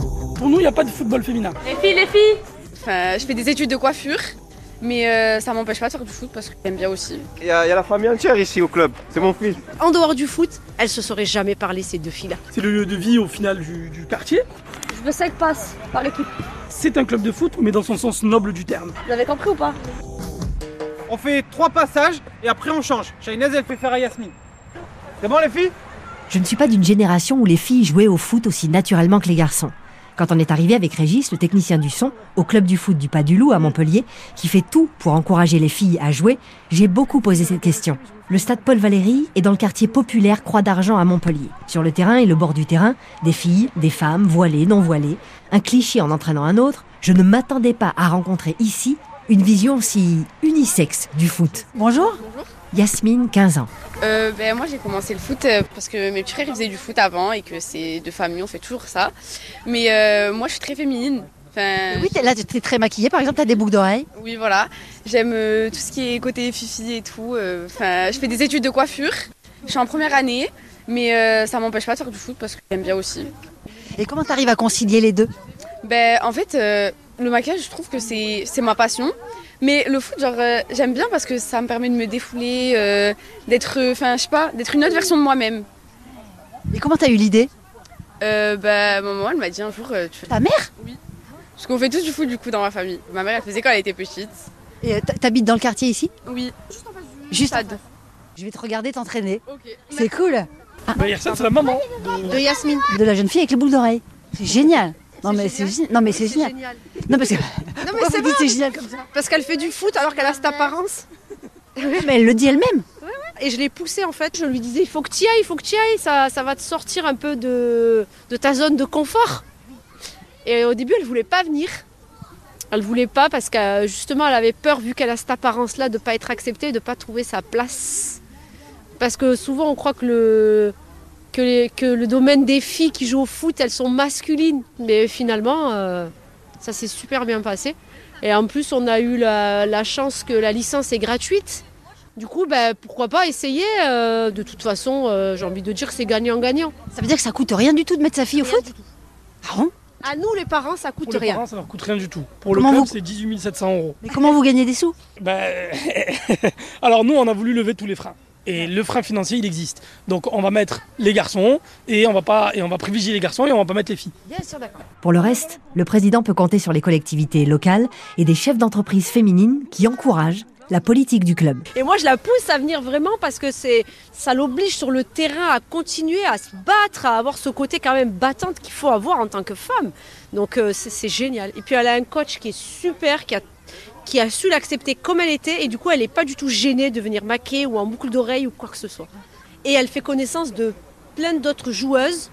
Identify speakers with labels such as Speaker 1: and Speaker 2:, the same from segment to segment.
Speaker 1: Pour nous, il n'y a pas de football féminin.
Speaker 2: Les filles, les filles
Speaker 3: Enfin, je fais des études de coiffure, mais euh, ça m'empêche pas de faire du foot parce que j'aime bien aussi.
Speaker 4: Il y, a il y a la famille entière ici au club, c'est mon fils.
Speaker 5: En dehors du foot, elles se seraient jamais parlé ces deux filles-là.
Speaker 1: C'est le lieu de vie au final du, du quartier.
Speaker 2: Je veux 5 passes par l'équipe.
Speaker 1: C'est un club de foot, mais dans son sens noble du terme.
Speaker 2: Vous avez compris ou pas
Speaker 6: On fait trois passages et après on change. Shainez, elle fait faire à Yasmine. C'est bon les filles
Speaker 7: Je ne suis pas d'une génération où les filles jouaient au foot aussi naturellement que les garçons. Quand on est arrivé avec Régis, le technicien du son, au club du foot du Pas du Loup à Montpellier, qui fait tout pour encourager les filles à jouer, j'ai beaucoup posé cette question. Le stade Paul Valéry est dans le quartier populaire Croix d'Argent à Montpellier. Sur le terrain et le bord du terrain, des filles, des femmes, voilées, non voilées, un cliché en entraînant un autre, je ne m'attendais pas à rencontrer ici une vision si unisexe du foot.
Speaker 8: Bonjour.
Speaker 7: Yasmine, 15 ans.
Speaker 3: Euh, ben, moi j'ai commencé le foot euh, parce que mes petits frères ils faisaient du foot avant et que c'est de famille, on fait toujours ça. Mais euh, moi je suis très féminine. Enfin,
Speaker 8: Oui, t'es- là, tu es très maquillée, par exemple, tu as des boucles d'oreilles.
Speaker 3: oui voilà, j'aime euh, tout ce qui est côté fifi et tout. euh, Enfin, je fais des études de coiffure, je suis en première année, mais euh, ça m'empêche pas de faire du foot parce que j'aime bien aussi.
Speaker 8: Et comment tu arrives à concilier les deux
Speaker 3: Ben, en fait, euh, le maquillage, je trouve que c'est c'est ma passion. Mais le foot, genre, euh, j'aime bien parce que ça me permet de me défouler, euh, d'être, euh, enfin, je sais pas, d'être une autre version de moi-même.
Speaker 8: Et comment tu as eu l'idée
Speaker 3: Euh, ben, maman, elle m'a dit un jour, euh, tu fais...
Speaker 8: Ta mère
Speaker 3: Parce qu'on fait tous du foot, du coup, dans ma famille. Ma mère, elle faisait quand elle était petite.
Speaker 8: Et euh, t- t'habites dans le quartier ici
Speaker 3: Oui.
Speaker 8: Juste
Speaker 3: Stade.
Speaker 8: Je vais te regarder t'entraîner.
Speaker 3: Ok.
Speaker 8: C'est cool.
Speaker 2: Ah,
Speaker 1: Bah, Yersen, c'est la maman.
Speaker 5: De Yasmine.
Speaker 8: De la jeune fille avec les boucles d'oreilles. C'est génial. Non mais c'est gé- non mais c'est génial. Non parce que
Speaker 5: Non mais
Speaker 8: Pourquoi
Speaker 5: c'est
Speaker 8: vous dites
Speaker 5: bon,
Speaker 8: c'est génial comme ça.
Speaker 5: parce qu'elle fait du foot alors qu'elle a cette apparence.
Speaker 8: Mais elle le dit elle-même.
Speaker 5: Et je l'ai poussée en fait, je lui disais il faut que tu ailles, il faut que tu ailles, ça, ça va te sortir un peu de, de ta zone de confort. Et au début elle voulait pas venir. Elle voulait pas parce que justement elle avait peur vu qu'elle a cette apparence là de pas être acceptée, de pas trouver sa place. Parce que souvent on croit que le, que les- que le domaine des filles qui jouent au foot elles sont masculines. Mais finalement euh, ça s'est super bien passé. Et en plus on a eu la- la chance que la licence est gratuite. Du coup, ben, pourquoi pas essayer euh, De toute façon, euh, j'ai envie de dire que c'est gagnant-gagnant.
Speaker 8: Ça veut dire que ça coûte rien du tout de mettre sa fille au foot Ah bon
Speaker 5: À nous, les parents, ça coûte
Speaker 1: Pour les
Speaker 5: rien.
Speaker 1: parents, ça leur coûte rien du tout. Pour le
Speaker 8: Comment
Speaker 1: club,
Speaker 8: vous-
Speaker 1: c'est 18 700 euros.
Speaker 8: Mais comment vous gagnez des sous
Speaker 1: Bah, alors nous, on a voulu lever tous les freins. Et le frein financier, il existe. Donc on va mettre les garçons et on va pas et on va privilégier les garçons et on va pas mettre les filles.
Speaker 8: Bien sûr, d'accord.
Speaker 7: Pour le reste, le président peut compter sur les collectivités locales et des chefs d'entreprise féminines qui encouragent la politique du club.
Speaker 8: Et moi, je la pousse à venir vraiment parce que c'est, ça l'oblige sur le terrain à continuer, à se battre, à avoir ce côté quand même battante qu'il faut avoir en tant que femme. Donc, euh, c'est, c'est génial. Et puis, elle a un coach qui est super, qui a, qui a su l'accepter comme elle était. Et du coup, elle n'est pas du tout gênée de venir maquer ou en boucle d'oreille ou quoi que ce soit. Et elle fait connaissance de plein d'autres joueuses.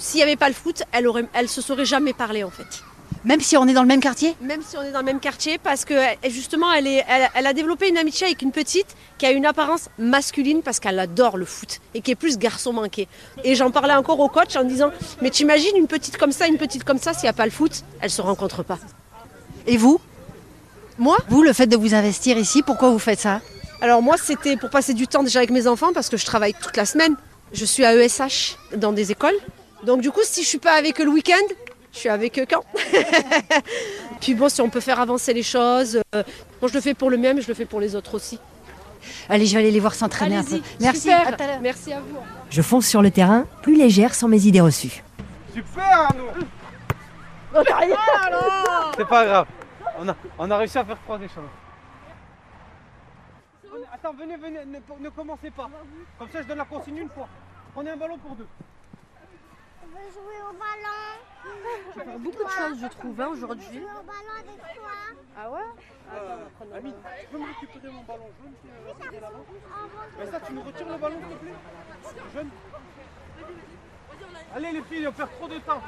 Speaker 8: S'il n'y avait pas le foot, elle aurait, elle se serait jamais parlé en fait.
Speaker 9: Même si on est dans le même quartier
Speaker 8: Même si on est dans le même quartier, parce que elle- justement, elle, est, elle, elle a développé une amitié avec une petite qui a une apparence masculine parce qu'elle adore le foot et qui est plus garçon manqué. Et j'en parlais encore au coach en disant Mais t'imagines une petite comme ça, une petite comme ça, s'il n'y a pas le foot, elle se rencontre pas.
Speaker 9: Et vous
Speaker 8: Moi
Speaker 9: Vous, le fait de vous investir ici, pourquoi vous faites ça
Speaker 8: Alors moi, c'était pour passer du temps déjà avec mes enfants parce que je travaille toute la semaine. Je suis à ESH dans des écoles. Donc du coup, si je suis pas avec eux le week-end, je suis avec eux quand Puis bon, si on peut faire avancer les choses, euh, moi je le fais pour le mien, mais je le fais pour les autres aussi.
Speaker 9: Allez, je vais aller les voir s'entraîner un peu.
Speaker 8: Allez-y.
Speaker 9: Merci.
Speaker 8: Super.
Speaker 9: à tout à l'heure.
Speaker 8: Merci à vous.
Speaker 7: Je fonce sur le terrain, plus légère sans mes idées reçues.
Speaker 6: Super Arnaud C'est pas grave. On a, on a réussi à faire trois échanges. On- Attends, venez, venez, ne, ne commencez pas. Comme ça, je donne la consigne une fois. Prenez un ballon pour deux.
Speaker 10: On veut jouer au ballon.
Speaker 2: Beaucoup de choses, je trouve, hein, aujourd'hui.
Speaker 10: Jouer au ballon avec toi.
Speaker 6: Ami, tu peux me récupérer mon ballon jaune qui est rassemblé là-bas Mais ça, tu me retires le ballon, s'il te plaît Jaune. Allez, les filles, on perd trop de temps.